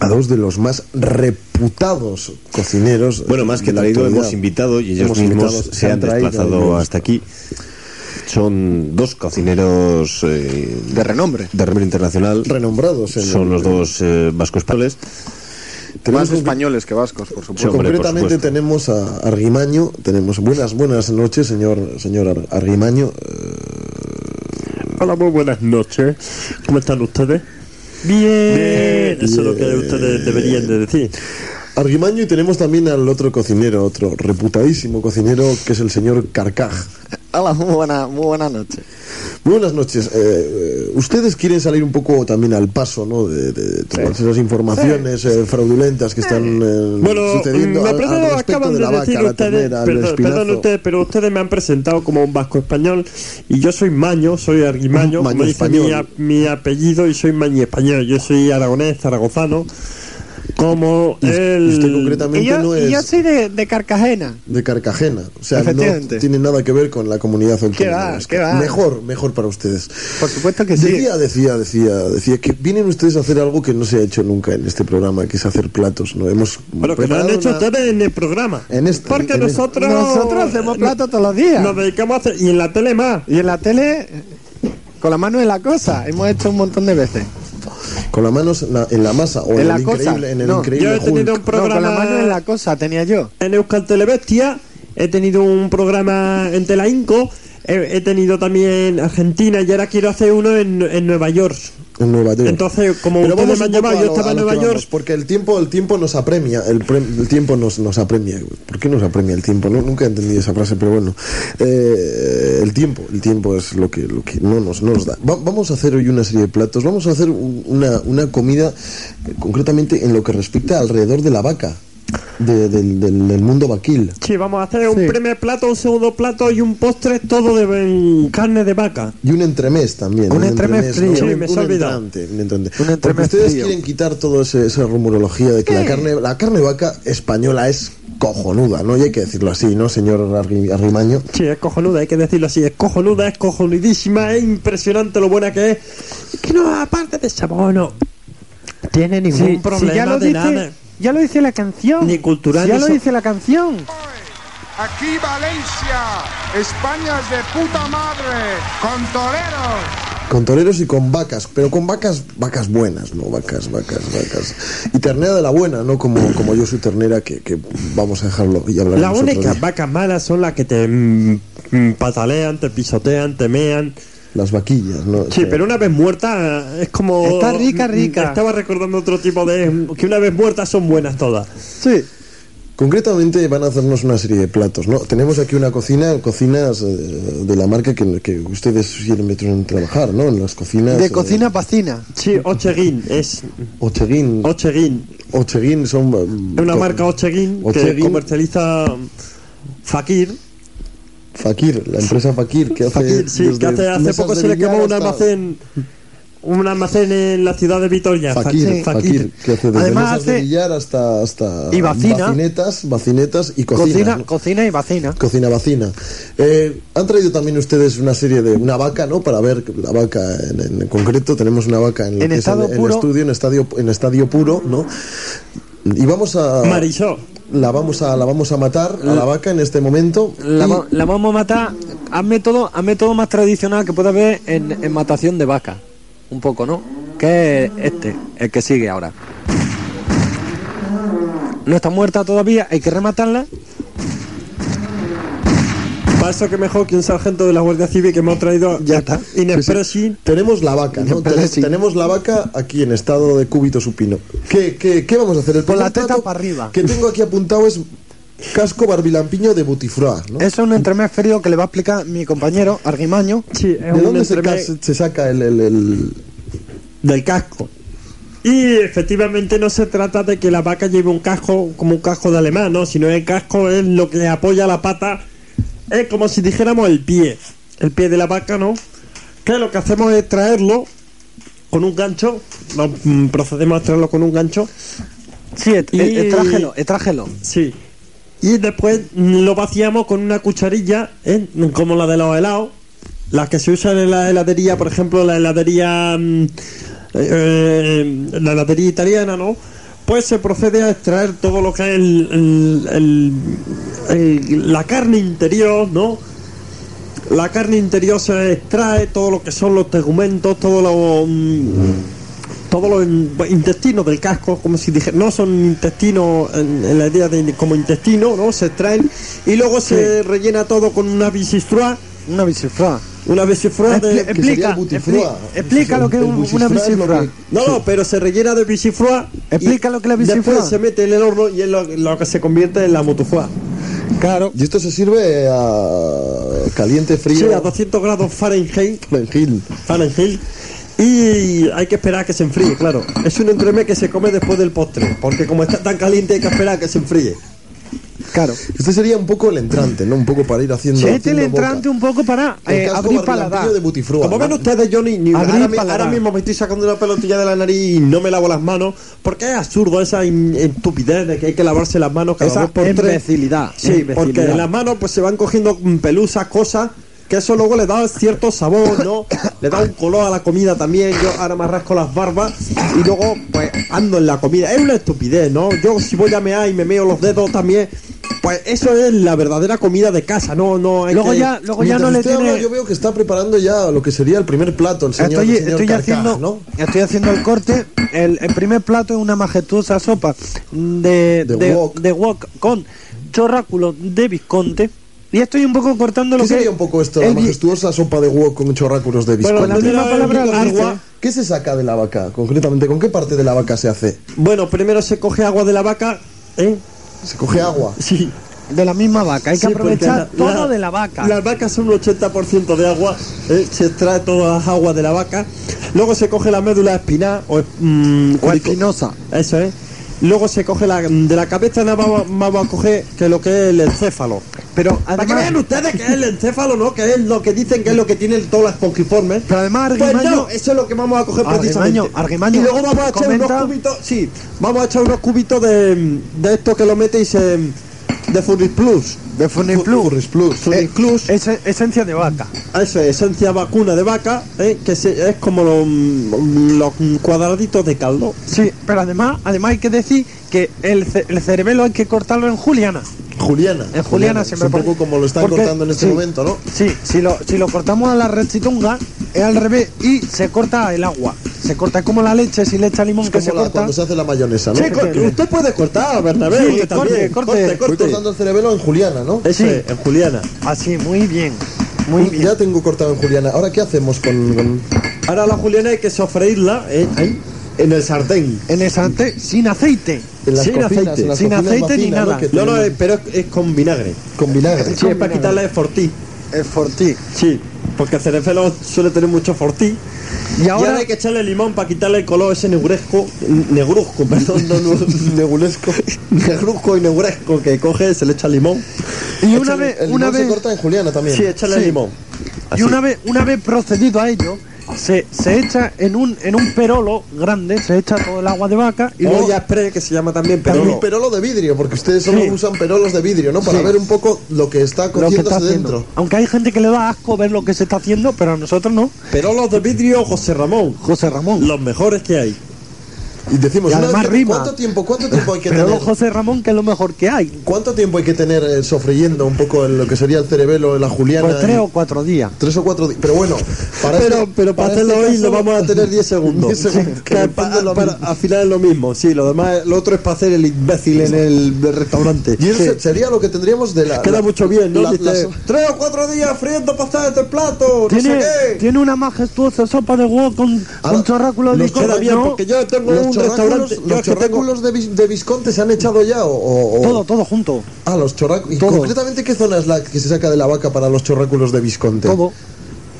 a dos de los más reputados cocineros.
Bueno, más que
de la
traído,
actualidad.
hemos invitado y ellos
Hemos
mismos
invitado,
se han
traído,
desplazado
hemos-
hasta aquí. Son dos cocineros eh, de renombre, de renombre internacional,
renombrados.
en
son
el-
los dos eh, vascos españoles.
Más españoles que vascos, por
Pues
supuesto.
concretamente tenemos a Arguimaño, tenemos buenas buenas noches, señor señor Ar- Arguimaño.
Hola, muy buenas noches. ¿Cómo están ustedes? Bien. Eso es lo que ustedes deberían de decir.
Arguimaño y tenemos también al otro cocinero, otro reputadísimo cocinero que es el señor Carcaj.
Hola, muy buena, muy buena noche.
Buenas noches. eh, eh, ustedes quieren salir un poco también al paso, ¿no? De, de todas esas informaciones eh, fraudulentas que están eh,
Bueno,
sucediendo
me
al, al
acaban
respecto
acaban
de
de,
la
decir
vaca, la
ustedes,
ternera, el
perdón, perdón
espinazo.
ustedes, pero ustedes me han presentado como un vasco español y yo soy maño, soy arguimaño,
Maño
como dice mi,
español.
ap- mi apellido y soy maño español, yo soy aragonés, zaragozano, como el...
concretamente
Y yo,
no
y yo
es-
soy de, de Carcajena.
de Carcajena. O sea, no
Efectivamente.
tiene nada que ver con la comunidad autónoma.
¿Qué va?
vasca.
¿Qué va?
Mejor, mejor para ustedes.
Por supuesto que sí.
Decía, decía, decía, decía que vienen ustedes a hacer algo que no se ha hecho nunca en este programa, que es hacer platos, ¿no? Hemos
Bueno, que lo han
preparado
hecho
una-
ustedes en el programa.
En este,
Porque
en este-
nosotros...
Nosotros hacemos platos todos los días.
Nos dedicamos a hacer... Y en la tele más.
Y en la tele, con la mano en la cosa, hemos hecho un montón de veces.
Con las manos en la, en la masa o en,
en la
el
cosa.
increíble, en el
no.
increíble Hulk.
No, con la mano en la cosa tenía yo.
en Euskal Telebestia, he tenido un programa en Telainco, he, he tenido también Argentina y ahora quiero hacer uno en, en Nueva York.
En Nueva York.
Entonces, como
Pero vamos
ustedes me han
un poco
llamado,
a
yo
lo-
estaba
a
en
lo
Nueva
que
York.
vamos, porque el tiempo, el tiempo nos apremia, el, pre- el tiempo nos, nos apremia. ¿Por qué nos apremia el tiempo? No, nunca he entendido esa frase, pero bueno. Eh, el tiempo, el tiempo es lo que, lo que no, nos, no nos da. Va- vamos a hacer hoy una serie de platos, vamos a hacer un- una, una comida eh, concretamente en lo que respecta alrededor de la vaca, de- del, del- del mundo vaquil.
Sí, vamos a hacer un primer plato, un segundo plato y un postre todo de en carne de vaca.
Y un entremés también.
Un entremés frío.
Un-
Sí, me se
un
ha olvidado.
entrante, un entrante.
entremés
Porque ustedes
frío.
quieren quitar toda esa rumorología de que la carne, la carne vaca española es cojonuda, ¿no? Y hay que decirlo así, ¿no, señor Arri- Arrimaño?
Sí, es cojonuda, hay que decirlo así, es cojonuda, es cojonudísima, es impresionante lo buena que es. Es que no, aparte de sabor, no. Tiene ningún
Sí,
problema
sí, ya lo
de
dice,
nada.
Ya lo dice la canción.
Ni cultural,
Sí, ya
ni
lo
so-
dice la canción.
Aquí Valencia, España es de puta madre, con toreros.
Con toreros y con vacas, pero con vacas, vacas buenas, ¿no? Vacas, vacas, vacas. Y ternera de la buena, ¿no? Como, como yo su ternera, que, que vamos a dejarlo y hablar
Las únicas vacas malas son las que te mm, mm, patalean, te pisotean, te mean.
Las vaquillas, ¿no? O
Sí,
sea,
pero una vez muerta eh, es como...
Está rica,
Mm,
rica.
Estaba recordando otro tipo de... mm, Que una vez muertas son buenas todas.
Sí. Concretamente van a hacernos una serie de platos, ¿no? Tenemos aquí una cocina, cocinas eh, de la marca que, que ustedes suelen trabajar, ¿no? En las cocinas...
De
eh,
cocina pacina.
Sí, Ocheguín es...
Ocheguín.
Ocheguín.
Ocheguín son... eh,
Es una marca Ocheguín, que
Ocheguín.
comercializa mm, Fakir.
Fakir, la empresa Fakir, que hace...
Fakir, sí,
desde
que hace, hace
mesas
poco
de
se le
billar
quemó un
hasta-
almacén... Un almacén en la ciudad de Vitoria.
Fakir,
Fakir.
Fakir, que hace desde
Además
mesas de
hace-
billar hasta, hasta
Y vacina.
vacinetas, vacinetas y cocinas.
Cocina,
¿no?
cocina y vacina.
Cocina vacina. Eh, han traído también ustedes una serie de una vaca, ¿no? Para ver la vaca en, en concreto. Tenemos una vaca en, lo
En
que es
estado
el- el
puro.
estudio, en estadio, en estadio puro, ¿no? Y vamos a
Marisol.
La vamos a la vamos a matar a la vaca en este momento.
La,
y-
va- la vamos a matar. Hazme todo, hazme todo más tradicional que pueda haber en, en matación de vaca. Un poco, ¿no? Que es este, el que sigue ahora. No está muerta todavía, hay que rematarla.
Paso que mejor que un sargento de la Guardia Civil que hemos traído ya está. Inexpressi.
Tenemos la vaca, ¿no? Ten- tenemos la vaca aquí en estado de cúbito supino. ¿Qué, qué, qué vamos a hacer? El
Con la
primer
teta
plato
para arriba.
Que tengo aquí apuntado es casco barbilampiño de butifroa, ¿no?
Eso es un entremés frío que le va a explicar mi compañero Arguimaño.
Sí,
¿De dónde se, ca- se saca el, el- el-
Del casco. Y efectivamente no se trata de que la vaca lleve un casco como un casco de alemán, ¿no? Sino el casco es lo que le apoya la pata. Es como si dijéramos el pie. El pie de la vaca, ¿no? Que lo que hacemos es traerlo
con un gancho. No, mm, procedemos a traerlo con un gancho. Sí,
eh, eh, trájelo, eh, trájelo.
Sí. Y después mm, lo vaciamos con una cucharilla, ¿eh? como la de los helados. Las que se usan en la heladería, por ejemplo, la heladería. mm, eh, la heladería italiana, ¿no? Pues se procede a extraer todo lo que es el- el- el- el- la carne interior, ¿no? La carne interior se extrae, todo lo que son los tegumentos, todo lo. mm, todos los in- pues, intestinos del casco, como si dije, no son intestinos en, en la idea de como intestino, ¿no? Se extraen y luego se rellena todo con una bicistrua. Una bicifrua. Una bicifrua de.
Expli- explica, expli- explica lo que es un- una bicifrua.
No, no, pero se rellena de bicifrua.
Explica
y
lo que es la bicifrua.
Después se mete en el horno y es lo, lo que se convierte en la motufua. Claro.
Y esto se sirve a caliente frío.
Sí, a 200 grados Fahrenheit. Fahrenheit. Y hay que esperar a que se enfríe, claro. Es un entremés que se come después del postre, porque como está tan caliente hay que esperar a que se enfríe.
Claro. Este sería un poco el entrante, ¿no? Un poco para ir haciendo.
Sí, este
haciendo
el
boca.
entrante
Este
eh,
un poco para eh,
El casco barrigantillo de butifrúa.
Como ven ustedes, yo ni, ni-
Abrir
ahora, mi-
paladar.
ahora mismo me estoy sacando una pelotilla de la nariz y no me lavo las manos, porque es absurdo esa in- estupidez de que hay que lavarse las manos cada
Esa
dos por
imbecilidad,
tres. Sí, porque
imbecilidad.
en las manos pues se van cogiendo mm, pelusas, cosas que eso luego le da cierto sabor, ¿no? Le da un color a la comida también. Yo ahora me arrasco las barbas y luego pues ando en la comida. Es una estupidez, ¿no? Yo si voy a mear y me meo los dedos también, pues eso es la verdadera comida de casa, no, no hay que-
Mientras usted habla, yo veo que está preparando ya lo que sería el primer plato, el señor.
Estoy,
el señor
estoy
Carcaj,
haciendo,
¿no?
estoy haciendo el corte. El, el primer plato es una majestuosa sopa de, de,
wok.
de wok con chorráculo de visconte. Y estoy un poco cortando lo
¿Qué
que
sería un poco esto? La
el vi-
majestuosa sopa de huevo con chorráculos de bizcocho.
Bueno, la misma palabra
eh, ¿Qué consiste?
agua.
¿Qué se saca de la vaca? Concretamente, ¿con qué parte de la vaca se hace?
Bueno, primero se coge agua de la vaca, ¿eh?
Se coge agua.
Sí.
De la misma vaca, hay que aprovechar todo de la vaca.
Las vacas son un 80% de agua, ¿eh? se extrae todas las aguas de la vaca. Luego se coge la médula espinal o, es- mm,
espinosa.
Eso es. Luego se coge la, de la cabeza, nada más vamos, vamos a coger que lo que es el encéfalo.
Pero
¿Para que vean ustedes que es el encéfalo, no? Que es lo que dicen que es lo que tiene todas las conquiformes.
Pero además,
pues
Arguimaño-
no, eso es lo que vamos a coger precisamente.
Arguimaño, Arguimaño,
y luego vamos a echar
comenta-
unos cubitos, sí, vamos a echar unos cubitos de, de esto que lo mete y se. de Furris Plus.
De Furnis Plus.
Furris Plus.
Es, e- esencia de vaca.
eh, Eso es, esencia vacuna de vaca, ¿eh? que se- es como los, los cuadraditos de caldo.
Sí, pero además, además hay que decir que el, ce- el cerebelo hay que cortarlo en juliana.
Juliana.
En juliana siempre
Es un poco como lo están cortando en este momento, ¿no?
Sí, si lo, si lo cortamos a la restitunga es al revés y se corta el agua. Se corta es como la leche, si le echa limón que se
Como la-
corta.
cuando se hace la mayonesa, ¿no?
Sí, corte.
Eh, Usted puede cortar, Bernabé,
Sí,
usted
corte,
también.
corte.
corte, Eh,
Voy cortando el cerebelo en Juliana, ¿no?
Eso
Sí.
es, en Juliana.
Así, muy bien. Muy
bien. Ya tengo cortado en Juliana. Ahora, ¿qué hacemos con.? con-
Ahora la juliana hay que sofreírla ¿eh? ahí, en el sartén.
En el sartén, sin aceite.
En las
sin
cocinas,
aceite,
en las
sin
cocinas
aceite ni
vacinas, ¿no?
nada.
que
No, no,
tenemos.
es- pero es, es con vinagre.
Con vinagre.
Sí, es para quitarle el fortí.
El fortí.
Sí, porque el cerefelo suele tener mucho fortí.
Y ahora-
hay que echarle limón para quitarle el color ese negresco, negruzco, perdón, no, no, negrulesco, negruzco y negresco que coge, se le echa limón.
Y
Echa
una
el-
vez,
el
una
limón se
vez
corta en Juliana también.
Sí, échale limón.
Y una vez, una vez procedido a ello, se, se echa en un, en un perolo grande, se echa todo el agua de vaca
Y
y
luego
luego
Oh, ya spray que se llama también
Pero
perolo.
un perolo de vidrio, porque ustedes solo
Sí.
usan perolos de vidrio, ¿no? Para
Sí.
ver un poco lo que está
lo que está
cociéndose
haciendo.
dentro.
Aunque hay gente que le da asco ver lo que se está haciendo, pero a nosotros no.
Pero los de vidrio, José Ramón.
José Ramón.
Los mejores que hay.
Y decimos,
Y
una vez
además
que-
rima.
¿cuánto tiempo, cuánto tiempo hay que
Pero
tener?
los José Ramón, que es lo mejor que hay.
¿Cuánto tiempo hay que tener eh, sofreyendo un poco el- lo que sería el cerebelo, la juliana?
Pues tres
y-
o cuatro días.
tres o cuatro días. Pero bueno, para
pero,
este-
pero para, hacerlo
este
hoy
caso-
lo vamos a tener 10 segundos.
10 segundos, que
Que
depende
pa-
de lo
para- al final es lo mismo, sí, lo demás, lo otro es para hacer el imbécil en el restaurante.
Y eso
Sí.
sería lo que tendríamos de la.
Queda
la-
mucho bien, ¿no?
la-
Dice,
la-
tres o cuatro días friendo pastel de plato, no
Tiene,
sé qué.
tiene una majestuosa sopa de huevo con, con chorráculo de
los
licor,
chorra-
¿no?
los chorráculos- ¿Los chorráculos de, Vis- de Visconte se han echado ya o...?
Oh.
o- o-
Todo, todo junto.
Ah, los chorráculos. ¿Y
Todo.
concretamente qué zona es la que se saca de la vaca para los chorráculos de Visconte?
Todo.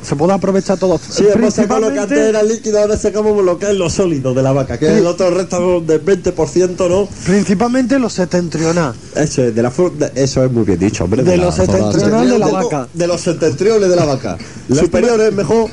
Se puede aprovechar todo.
Sí, hemos sacado lo que antes era líquido, ahora sacamos lo que es lo sólido de la vaca, que es el otro resto del 20%, ¿no?
Principalmente los septentrionales.
Eso es, de la fru- de- eso es muy bien dicho, hombre.
De
la
los
zona
septentrionales de la
septentrional,
vaca.
De los septentrionales de la vaca. Superiores, mejor.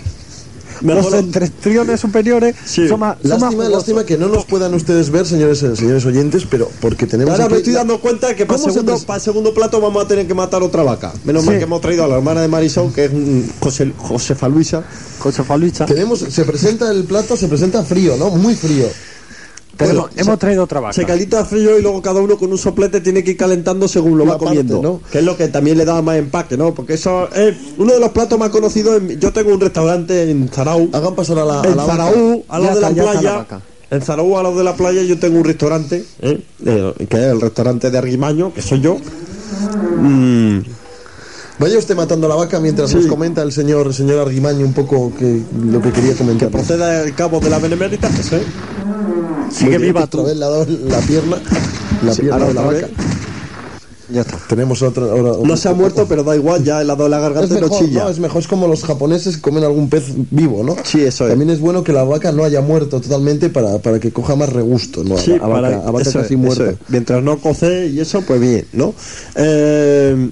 Los centrestriones superiores son más. son más
Lástima,
jugosos.
lástima que no nos puedan ustedes ver, señores, señores oyentes, pero porque tenemos.
Ahora
aquí
me estoy
la-
dando cuenta que para
¿Cómo se
segundo,
pres-
para el segundo plato vamos a tener que matar otra vaca. Menos mal
Sí.
que hemos traído a la hermana de Marisol, que es mm, José, Josefa Luisa.
Josefa Luisa.
Tenemos, se presenta el plato, se presenta frío, ¿no? Muy frío.
Tenemos- hemos
traído otra vaca.
Se calienta frío y luego cada uno con un soplete tiene que ir calentando según lo
La
va
parte,
comiendo.
¿no?
Que es lo que también le da más empaque, ¿no? Porque eso es uno de los platos más conocidos. en- yo tengo un restaurante en Zaraú.
Hagan pasar a la.
En
la vaca.
Zaraú, a
Ya
lado de la
está, ya está la
playa.
vaca.
en Zaraú, a lado de la playa, yo tengo un restaurante, ¿eh? Eh, que es el restaurante de Arguimaño, que soy yo. Mm.
Vaya usted matando a la vaca mientras nos comenta el señor, señor Arguimaño un poco que, lo que quería comentar. Que
proceda el cabo de la benemérita, pues, ¿eh? José.
Sigue viva otra vez le ha dado la pierna, la
Sí,
pierna
ahora
de la
otra
vaca.
Ya está.
Tenemos otra. ahora
No se ha muerto, pero da igual, ya el lado de la
Es
garganta no
mejor,
chilla.
no, es mejor, es como los japoneses que comen algún pez vivo, ¿no?
Sí, eso es.
También es bueno que la vaca no haya muerto totalmente para, para que coja más regusto, ¿no? A-
Sí,
a, vaca,
para-
a vaca
eso es,
casi
eso
muerta.
es. Mientras no coce y eso, pues bien, ¿no? Eh,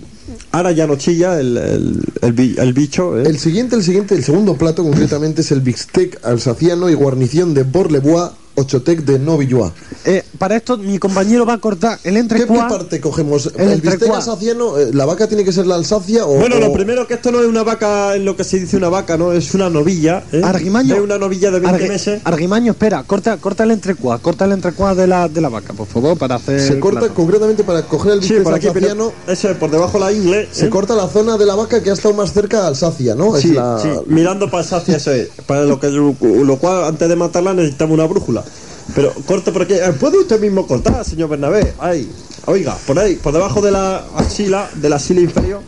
ahora ya no chilla el, el- el bi- el bicho. ¿eh?
El siguiente, el siguiente, el segundo plato concretamente es el bistec alsaciano y guarnición de Borlebois, ochotec de Novillois.
Eh, para esto mi compañero va a cortar el
¿Qué, qué
entrecuá.
parte cogemos?
El
¿El, bistec
entrecuá.
alsaciano? eh, ¿La vaca tiene que ser la Alsacia o...?
Bueno, lo
o-
primero que esto no es una vaca, es lo que se dice una vaca, ¿no? Es una novilla. ¿eh?
Arguimaño.
Es una novilla de 20
Argui-
meses.
Arguimaño, espera, corta, corta el entrecuá, corta el entrecuá de la, de la vaca, por favor, para hacer.
Se
el
corta
plato.
concretamente para coger el
Sí,
bistec
por aquí, pero-
alsaciano.
Eso es, por debajo la ingle.
Se corta la zona de la vaca que ha estado más cerca a Alsacia, ¿no?
Sí,
es la...
sí, mirando para hacia eso es. Para lo, que, lo cual, antes de matarla, necesitamos una brújula. Pero corte por aquí. Eh, ¿Puede usted mismo cortar, señor Bernabé? Ahí. Oiga, por ahí, por debajo de la axila, de la axila inferior.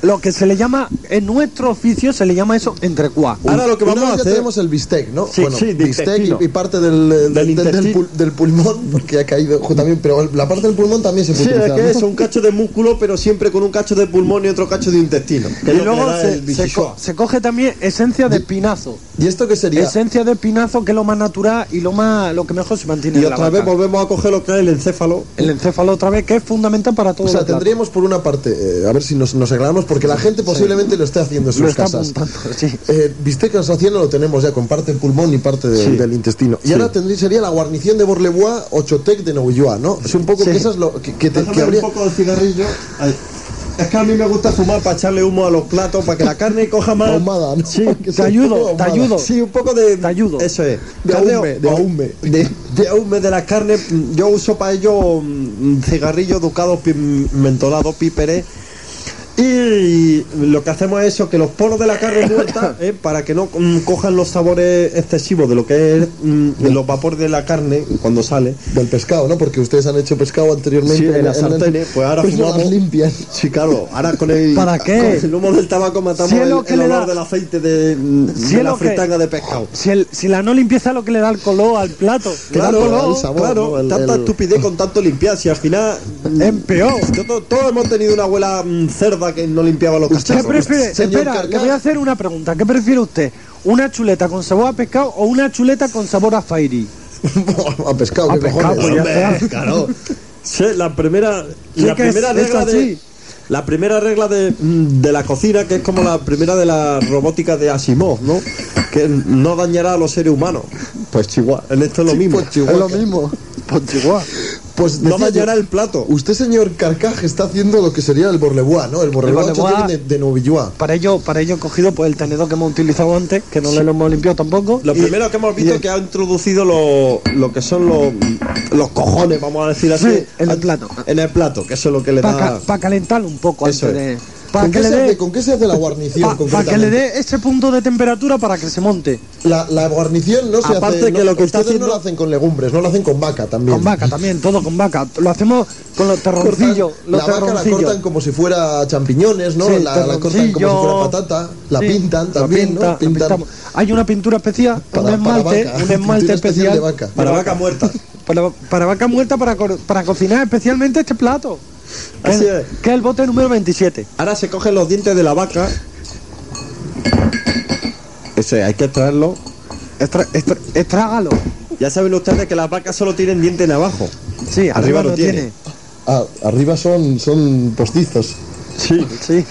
Lo que se le llama, en nuestro oficio se le llama eso entrecuá.
Ahora lo que vamos a hacer... ya tenemos el bistec, ¿no?
Sí, sí, de
bistec y-
intestino.
y, parte del, eh, del, del- del
intestino.
pul- del pulmón, porque ha caído jo, también, pero el- la parte del pulmón también se puede
Sí, es
utilizar,
que
¿no?
es un cacho de músculo, pero siempre con un cacho de pulmón y otro cacho de intestino. que es lo que
Y
le
luego
da el
se, se
bichichoa.
co- se coge también esencia de pinazo.
¿Y esto qué sería?
Esencia de pinazo, que es lo más natural y lo más lo que mejor se mantiene
Y
de la
otra vez
vaca.
volvemos a coger lo que es el encéfalo.
El encéfalo otra vez, que es fundamental para todo
O sea, tendríamos por una parte, eh, a ver si nos, nos aclaramos, porque la gente posiblemente lo esté haciendo en sus
Lo está
casas.
apuntando, sí.
Eh, bistec alsaciano lo tenemos ya con parte del pulmón y parte de-
Sí.
del intestino. Y
Sí.
ahora tendría, sería la guarnición de Borlebois, Ochotec de Novillois, ¿no? Es un poco
Sí.
que eso es lo que, que te-
Pásame
que habría...
un poco de cigarrillo. Ahí. Es que a mí me gusta fumar para echarle humo a los platos, para que la carne coja más.
Ahumada, ¿no?
Sí,
Que
te
sea un poco
ayudo, te
ahumada.
ayudo. Sí, un poco de. Te ayudo. Eso es.
De
Carne
ahume, de
o-
ahume.
De, de ahume de la carne. mm, Yo uso para ello mm, cigarrillo ducado pi- mentolado, píperes. Y lo que hacemos es eso, que los poros de la carne muerta, eh, para que no mm, cojan los sabores excesivos de lo que es mm, de los vapores de la carne cuando sale.
Del pescado, ¿no? Porque ustedes han hecho pescado anteriormente.
Sí, en las sartenes, pues ahora
Pues no las
fumamos.
limpian.
Sí, claro, ahora con el,
¿Para qué?
con el humo del tabaco matamos
Si es lo
el,
que
el
le
olor
da-
del aceite de, mm,
Si
de
es
la
lo que-
fritanga de pescado.
Si, el- si la no limpieza es lo que le da el color al plato.
Claro,
Le da el
claro,
color,
claro,
claro,
tanta estupidez con tanto limpiar, si al final...
Es peor.
Yo to- todos hemos tenido una abuela mm, cerda que no limpiaba los
¿Usted
cacharros.
prefiere,
Señor
espera,
Carcá,
que voy a hacer una pregunta. ¿Qué prefiere usted? ¿Una chuleta con sabor a pescado o una chuleta con sabor a fairy?
a pescado,
A
¿qué
pescado,
cojones?
pues ya
Hombre,
está.
claro. Sí, la primera,
Sí
la
que es-
primera
es
regla de,
así.
la primera regla de, mm, de la cocina, que es como la primera de la robótica de Asimov, ¿no? Que no dañará a los seres humanos. Pues chihuahua, en esto es lo
Sí,
mismo.
pues, chihuahua.
mismo.
Pues
No
decía yo,
dañará el plato.
Usted, señor Carcaj, está haciendo lo que sería el Borlebois, ¿no? El Borlebois,
Borlebois-
Ochotec de, de Novillois.
Para ello, para ello he cogido pues el tenedor que hemos utilizado antes, que no lo hemos limpiado tampoco.
Lo
Y-
primero que hemos visto es que ha introducido lo, lo que son los, los cojones, vamos a decir así.
Sí, en el
a-
plato.
En el plato, que eso es lo que le
Para
da.
calentarlo un poco
Eso
antes
es.
de. Para
¿Con,
que
qué
le
se
dé.
hace, con qué se hace la guarnición
Para que le
concretamente?
dé ese punto de temperatura para que se monte.
La, la guarnición no se
Aparte
hace...
que
no-
lo que está
ustedes no
haciendo-
lo hacen con legumbres, no lo hacen con vaca también.
Con vaca también, todo con vaca. Lo hacemos con los
Cortan-
terroncillos. Los
la vaca la
terroncillos.
cortan como si fuera champiñones, ¿no?
Sí,
la, la cortan como si
terroncillo.
fuera patata, la
Sí,
pintan
la
también,
pinta- la
¿no? Pintan
pintamos. Hay una pintura especial, un
Para- para
esmalte,
vaca,
un
pintura
esmalte
especial
especial
de vaca.
Para vaca muerta.
Para, Pues para vaca muerta para, co- para cocinar especialmente este plato. Que,
Así
es,
es.
que es el bote número 27.
Ahora se cogen los dientes de la vaca. Eso es, hay que extraerlo.
Estra- estra- Estrágalo.
Ya saben ustedes que las vacas solo tienen dientes en abajo.
Sí,
Arriba
arriba,
lo
no
tiene.
tiene.
Ah, arriba son, son postizos.
Sí,
sí.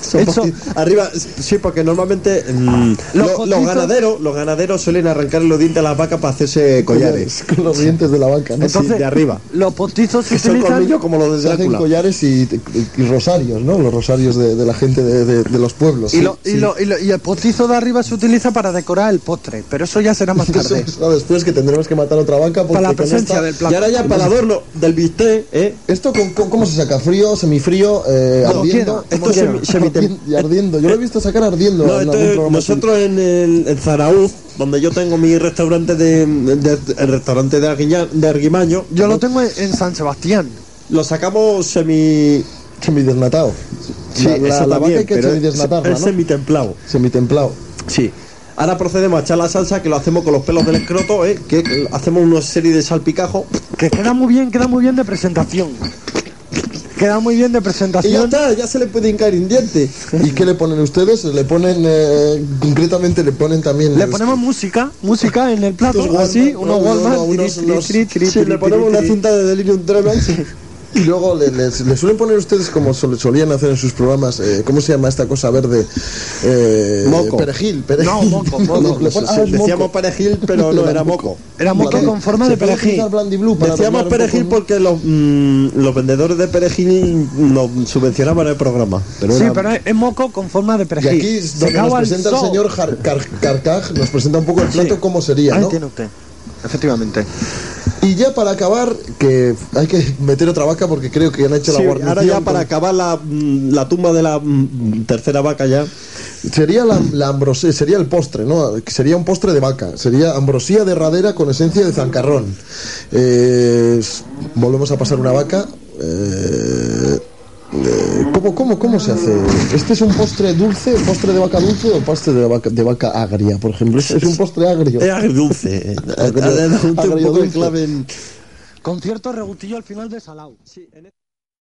Son
Eso-
poqui- Arriba, sí, porque normalmente mm, lo- los, ganaderos, los ganaderos suelen arrancar los dientes a las vacas para hacerse collares.
Con los dientes de la banca, ¿no?
Entonces, de arriba.
Los postizos se
Que son
utilizan.
colmillos como los
Se
de
hacen
Drácula.
collares y, y rosarios, ¿no? Los rosarios de, de la gente de, de- de los pueblos.
Y,
Sí,
lo, y,
sí.
lo, y, lo- y el postizo de arriba se utiliza para decorar el postre, pero eso ya será más
Eso
tarde.
será después que tendremos que matar otra vaca porque
Para la
con
presencia
esta-
del plato. Y ahora ya para el adorno
del bistec, ¿eh?
¿Esto con, con- cómo se saca? ¿Frío, semifrío, eh,
Como quiera,
ardiendo?
esto
Como
semi-
quiera.
semite-
Ardiendo y ardiendo. Yo lo he visto sacar ardiendo
No,
en
esto
algún
es-
programa.
nosotros en, el, en Zarauz, donde yo tengo mi restaurante de, de- el restaurante de, Arguiña- de Arguimaño. Yo lo tengo en, San Sebastián. Lo sacamos semi
semidesnatado.
Sí,
La- la-
eso
la vaca
también,
hay que
pero es-
semidesnatarla,
es
¿no?
semitemplado.
Semitemplado.
Sí. Ahora procedemos a echar la salsa que lo hacemos con los pelos del escroto, ¿eh? que hacemos una serie de salpicajos.
Que queda muy bien, queda muy bien de presentación. Queda muy bien de
Y ya
presentación.
está, ya se le puede hincar un diente.
¿Y qué le ponen ustedes? Le ponen, eh, concretamente le ponen también...
Le
los-
ponemos música, música en el plato,
Unos
así,
Walkman,
unos
no, no,
Walkman.
no, unos-
tiri, tiri,
unos-
tiri, tiri,
sí, le
tiri,
ponemos
tiri,
una
tiri.
cinta
de Delirium Tremens
y luego le, les- le suelen poner ustedes, como sol- solían hacer en sus programas, eh, ¿cómo se llama esta cosa verde? Eh,
Moco.
Perejil, perejil.
No, moco, moco.
No, le ponen- ah, es
Decíamos
moco.
perejil, pero no, era moco. Era moco con forma
¿Se
de
puede
perejil.
utilizar Blandy Blue para
Decíamos
arreglar un
perejil
poco?
porque los, mm, los vendedores de perejil nos subvencionaban el programa. Pero
sí,
era-
pero es, es moco con forma de
Y
perejil.
aquí
Se
donde nos
acaba el
presenta el,
sol.
señor Jar- Car- Carcaj, nos presenta un poco el plato, cómo sería,
Ahí
¿no?
tiene usted.
Efectivamente. Y ya para acabar, que hay que meter otra vaca porque creo que han hecho
Sí,
la guarnición.
ahora ya
con-
para acabar la, mm, la tumba de la mm, tercera vaca ya.
Sería la, la ambrosía, sería el postre, ¿no? Sería un postre de vaca. Sería ambrosía de radera con esencia de zancarrón. Eh, s- volvemos a pasar una vaca. Eh, eh, ¿cómo, cómo, ¿Cómo se hace? ¿Este es un postre dulce, postre de vaca dulce o postre de vaca, de vaca agria, por ejemplo? Es, es un postre agrio.
Es agridulce. eh. Ha- ha dado un
Agridulce.
poco de clave en-
Con cierto regustillo al final de Salao.